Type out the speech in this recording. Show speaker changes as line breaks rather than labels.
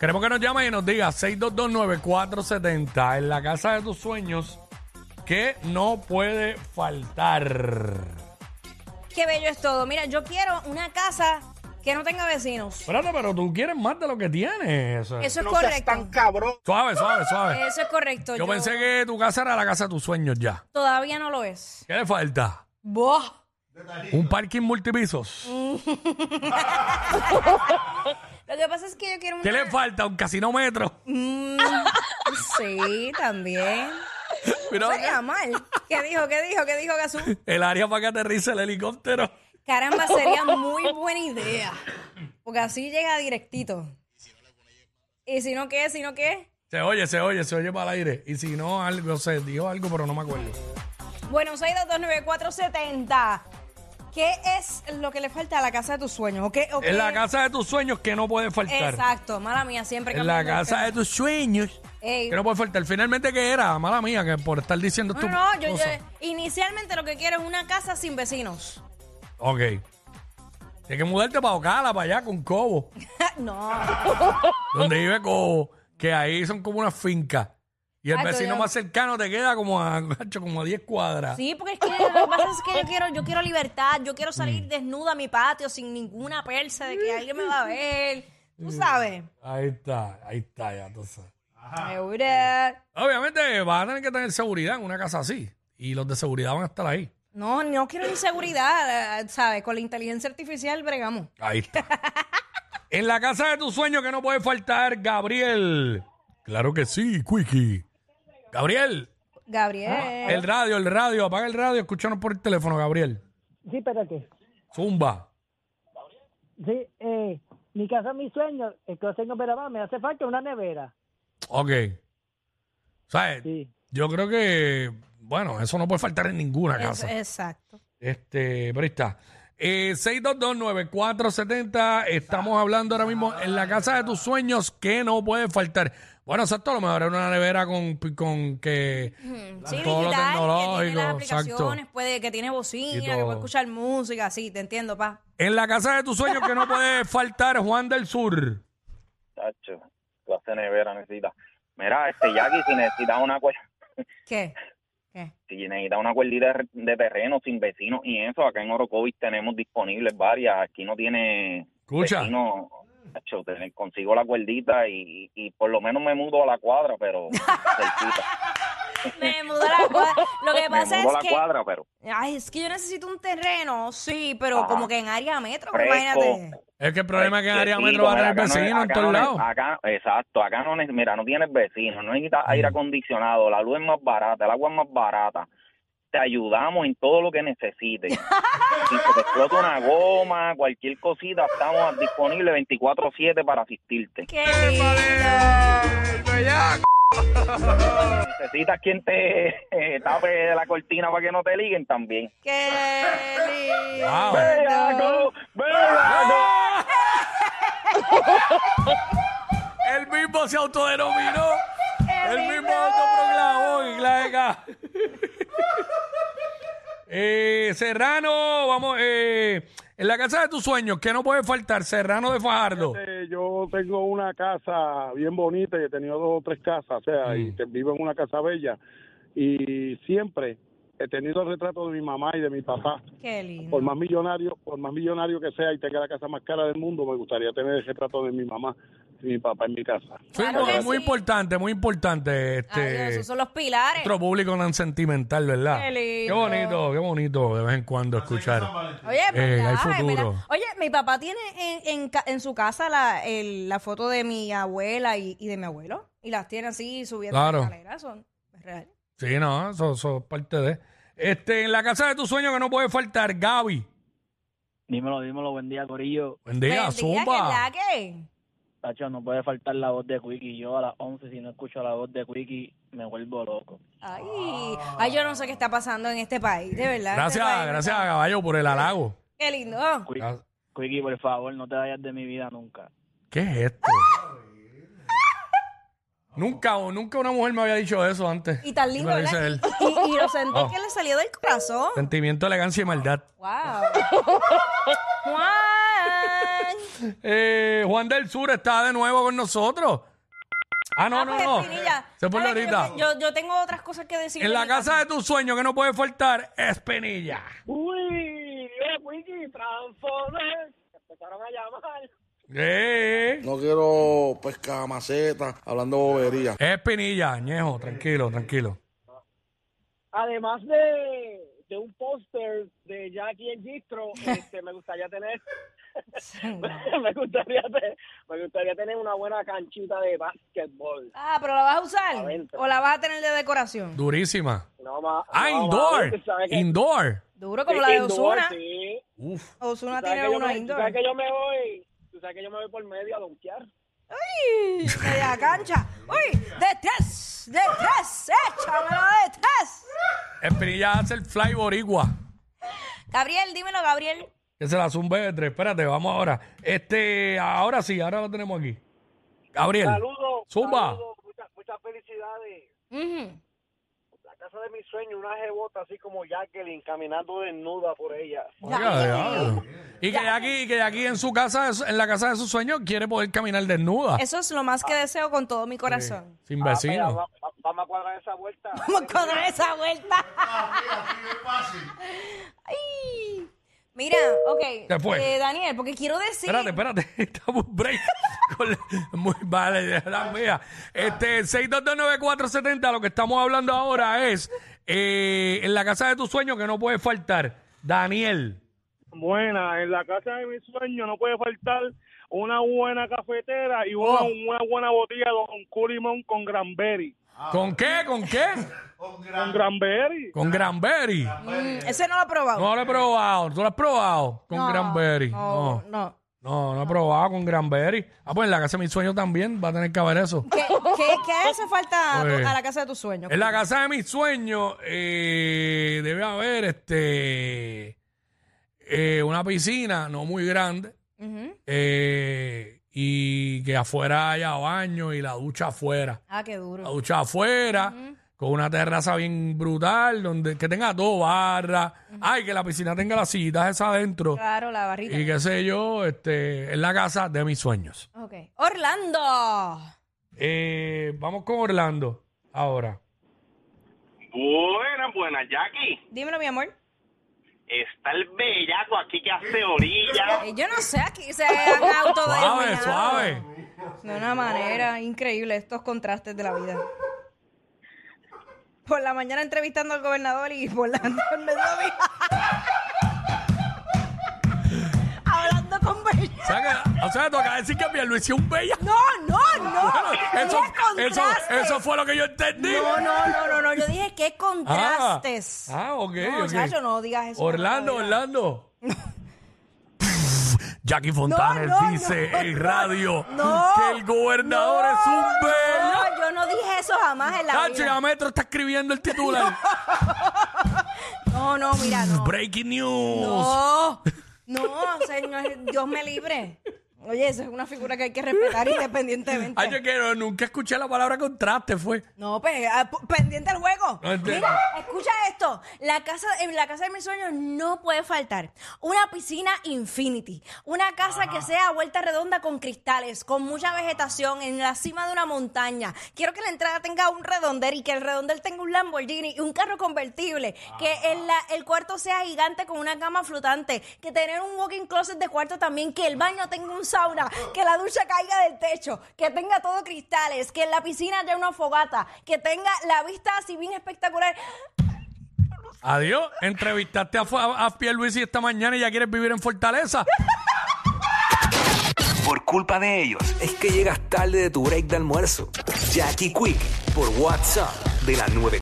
Queremos que nos llame y nos diga 6229470. En la casa de tus sueños, que no puede faltar?
Qué bello es todo. Mira, yo quiero una casa que no tenga vecinos.
Espérate, pero tú quieres más de lo que tienes. Eso es-
Eso es
No seas
correcto.
tan cabrón.
Suave, suave, suave.
Eso es correcto.
Yo pensé que tu casa era la casa de tus sueños ya.
todavía no lo es.
¿Qué le falta?
Buah.
Un parking multipisos.
Lo que pasa es que yo quiero una.
¿Qué le falta? Un casino metro.
Sí, también.
Mira,
Sería mal. ¿Qué dijo? ¿Qué dijo? ¿Qué dijo Gazú?
el área para que aterrice el helicóptero.
Caramba, sería muy buena idea. Porque así llega directito. ¿Y si no qué? ¿Si no qué?
Se oye, se oye, se oye para el aire. Y si no, algo, se dijo algo, pero no me acuerdo.
Bueno, 6229470. ¿Qué es lo que le falta a la casa de tus sueños? ¿O qué, o
En la
qué-
casa de tus sueños que no puede faltar.
Exacto, mala mía, siempre
En la
cambiando el
casa de tus sueños
Ey.
que no puede faltar. Finalmente, ¿qué era? Mala mía, que por estar diciendo
No,
tú.
no, yo, yo- inicialmente lo que quiero es una casa sin vecinos.
Ok. Tienes que mudarte para Ocala, para allá, con Cobo.
no.
donde vive Cobo. Que ahí son como una finca. Y el
Ay,
vecino
Dios.
más cercano te queda como a, gacho, como a 10 cuadras.
Sí, porque es que lo que pasa es que yo quiero, yo quiero libertad, yo quiero salir
Mm.
desnuda a mi patio sin ninguna persa de que alguien me va a ver.
Mm.
Tú sabes.
Ahí está, ahí está, ya entonces.
Segura.
Obviamente vas a tener que tener seguridad en una casa así. Y los de seguridad van a estar ahí.
No, no quiero inseguridad, eh, ¿sabes? Con la inteligencia artificial bregamos.
Ahí está. en la casa de tus sueños que no puede faltar, Gabriel. Claro que sí, Quickie. Gabriel,
Gabriel.
Ah, el radio, el radio, apaga el radio, escúchanos por el teléfono, Gabriel.
Sí, espérate.
Zumba.
Sí, eh, mi casa, mi sueño, el que yo tengo en Verapaz, me hace falta una nevera.
Ok. ¿Sabes?
Sí.
Yo creo que, bueno, eso no puede faltar en ninguna
Es-
casa.
exacto.
Este, pero ahí está. Eh, 6229470, estamos hablando ahora mismo en la casa de tus sueños que no puede faltar. Bueno, exacto, a lo mejor era una nevera con, con que...
Sí,
Mm, todo lo
digital, que tiene las
tecnológico,
aplicaciones,
exacto.
puede, que tiene
Y
bocina, que
todo.
puede escuchar música, sí, te entiendo, pa.
En la casa de tus sueños que no puede faltar Juan del Sur.
Tacho, clase de nevera necesita. Mira, este Jackie, si necesitas una cuer-
¿Qué? ¿Qué?
si necesitas una cuerdita de- de terreno sin vecinos y eso, acá en Orocovis tenemos disponibles varias. Aquí no tiene
Escucha.
vecino. Tacho, te- consigo la cuerdita y, y por lo menos me mudo a la cuadra, pero cerquita.
Me mudó la cuadra. Lo que
me
pasa
mudo a
es
la
que.
cuadra, pero
Ay, es que yo necesito un terreno, sí, pero
Ajá.
como que en área metro, pues,
fresco.
imagínate.
Es que el problema es que en área
Fresquito,
metro va a tener
mira, acá no-
vecinos en
acá
todos
no ne-
lados.
Acá, exacto, acá no ne- mira, no tienes vecinos, no necesitas aire
Mm.
acondicionado, la luz es más barata, el agua es más barata. Te ayudamos en todo lo que necesites. si se te explota una goma, cualquier cosita, estamos disponibles 24/7 para asistirte.
Qué lindo.
Necesitas quien te eh, tape la cortina para que no te liguen también.
Qué lindo.
Wow.
¡Bellaco! ¡Bellaco!
El mismo se autodenominó. El mismo autoproclamó. y claro que- Eh, Serrano, vamos. eh, en la casa de tus sueños que no puede faltar Serrano de Fajardo.
Eh, yo tengo una casa bien bonita y he tenido dos o tres casas, o sea, y que vivo en una casa bella. Y siempre he tenido el retrato de mi mamá y de mi papá.
Qué
Por
lindo.
más millonario, por más millonario que sea y tenga la casa más cara del mundo, me gustaría tener el retrato de mi mamá y mi papá en mi casa.
Sí,
Claro
muy,
que
muy
sí.
importante, muy importante. Este,
Ay, Dios, esos son los pilares.
Nuestro público tan sentimental, ¿verdad?
Qué lindo.
bonito, qué bonito de vez en cuando escuchar.
Oye,
Eh,
¿verdad?
hay
Ay,
futuro.
mira. Oye, mi papá tiene en, en ca- en su casa la, el- la foto de mi abuela y, y de mi abuelo. Y las tiene así subiendo
Claro.
la escalera. Son es real.
Sí, no, eso, eso es parte de. Este, en la casa de tus sueños que no puede faltar, Gaby.
Dímelo, dímelo, buen día, Corillo.
Buen día,
Bendita, que
Zumba.
la que-
Tacho, no puede faltar la voz de Quickie. Yo a las 11, si no escucho la voz de Quickie, me vuelvo loco.
Ay, ay, yo no sé qué está pasando en este país, de verdad. este
Ah. Gracias,
país no
gracias
está-
a Caballo por el halago. Ah,
Qué lindo. oh,
Quickie, Quickie, por favor, no te vayas de mi vida nunca.
¿Qué es esto? nunca, o nunca una mujer me había dicho eso antes.
Y tan
Sí,
lindo,
me lo dice él.
¿verdad? Y, y lo sentí
Oh.
que le salió del corazón.
Sentimiento, elegancia y maldad.
Wow. Juan.
Eh, Juan del Sur está de nuevo con nosotros. Ah, no,
Ah,
no,
pues,
no.
Espinilla.
Se pone
Dale, que
ahorita.
Yo, yo- yo tengo otras cosas que decir.
En
de
la
mi
casa de tus sueños que no puede faltar es Penilla.
Uy, mira, Wiki, Transformers. Empezaron a llamar.
Eh,
No quiero pescar maceta hablando bobería.
Es Penilla, Ñejo, tranquilo, tranquilo.
Además de, de un póster de Jackie el Gistro, este, me gustaría tener. me, gustaría te- me gustaría tener una buena canchita de básquetbol.
Ah, pero la vas a usar.
Adentro.
O la vas a tener de decoración.
Durísima.
No, ma-
Ah,
no, ma,
indoor.
tú sabes que-
Indoor.
Duro como la de
Indoor,
Osuna.
sí.
Uf.
Osuna
Tú sabes
tiene
que yo
uno
me- Tú
indoor.
sabes que yo me voy. Tú sabes que yo me voy por medio a donkear.
Uy, media cancha. Uy, de tres, de tres, échamelo de tres.
Es Penilla hace el fly boricua.
Gabriel, dímelo, Gabriel.
Que se la zumbe de tres. Espérate, vamos ahora. Este, ahora sí, ahora lo tenemos aquí. Gabriel.
Saludos.
Zumba.
saludos, muchas, muchas felicidades.
Ujú.
La casa de mis sueños, una jebota así como Jacqueline, caminando desnuda por ella.
Oiga, Oh, diablo. Y que aquí, que aquí en su casa, en la casa de sus sueños, quiere poder caminar desnuda.
Eso es lo más que deseo con todo mi corazón.
Sin
Mira,
vecinos.
va- va- vamos a cuadrar esa vuelta.
Vamos a cuadrar esa vuelta.
Ah,
Ay. Mira, ok.
Se fue.
Eh, Daniel, porque quiero decir.
Espérate, espérate. Estamos en break. Con la- Muy vale, la mía. Este, 6229470, lo que estamos hablando ahora es eh, en la casa de tus sueños que no puede faltar. Daniel.
Buena, en la casa de mis sueños no puede faltar una buena cafetera y una, una buena botella de Don Culimón con Granberry.
Ah,
¿Con qué? ¿Con qué?
Con Granberry.
Con Granberry.
Mm, ese no lo he probado.
No lo he probado. ¿Tú lo has probado? Con Granberry.
No,
No.
no.
No, no he probado con Granberry. Ah, pues en la casa de mis sueños también va a tener que haber eso.
¿Qué, qué, qué hace falta a, tu-
Oye.
a la casa de tus sueños?
En la casa de mis sueños eh, debe haber este eh, una piscina no muy grande
Ujú.
eh, y que afuera haya baño y la ducha afuera.
Ah, qué duro.
La ducha afuera con una terraza bien brutal donde que tenga dos barras. Ay, que la piscina tenga las sillitas esas adentro
Claro, la barrita.
y qué sé yo. Este, en la casa de mis sueños.
Ok. Orlando.
Eh, vamos con Orlando ahora.
Buenas, buenas, Jackie.
Dímelo, mi amor.
Está el bellaco aquí que hace orilla.
Eh, Yo no sé, aquí se han autodenominado.
Suave, suave.
De una manera increíble estos contrastes de la vida. Por la mañana entrevistando al gobernador y por la tarde el mediodía. Hablando con Bella.
O sea, que, o sea, tú acabas de decir que Pierluisi es un bella.
No, no, no. ¿Qué
Eso, eso,
contrastes?
eso fue lo que yo entendí.
No, no, no, no, no. Yo dije qué
Ah,
contrastes.
ah, ok,
no,
ok.
chacho, no digas eso.
Orlando,
no,
Orlando. Jackie Fontanes
No, no,
dice
no,
en
no.
radio
No,
que el gobernador
no,
es un bello.
No, yo no dije eso jamás en la
Cacho,
vida.
ya Metro está escribiendo el titular.
No, no, mira, no.
Breaking news.
No, no, señor, Dios me libre. Oye, esa es una figura que hay que respetar independientemente.
Ay, yo que no- nunca escuché la palabra contraste, fue.
No, pues, ah, pu- pendiente al juego.
No entiendo.
Mira, escucha esto. La casa, en la casa de mis sueños no puede faltar. Una piscina infinity. Una casa
Ah.
que sea a vuelta redonda con cristales, con mucha vegetación, en la cima de una montaña. Quiero que la entrada tenga un redondel y que el redondel tenga un Lamborghini y un carro convertible. Que el, la- el cuarto sea gigante con una cama flotante. Que tener un walk-in closet de cuarto también. Que el baño tenga un sauna. Que la ducha caiga del techo. Que tenga todo cristales. Que en la piscina haya una fogata. Que tenga la vista así bien espectacular.
Adiós. Entrevistaste a, a, a Pierluisi esta mañana y ya quieres vivir en Fortaleza.
Por culpa de ellos es que llegas tarde de tu break de almuerzo. Jackie Quick por WhatsApp de la 9.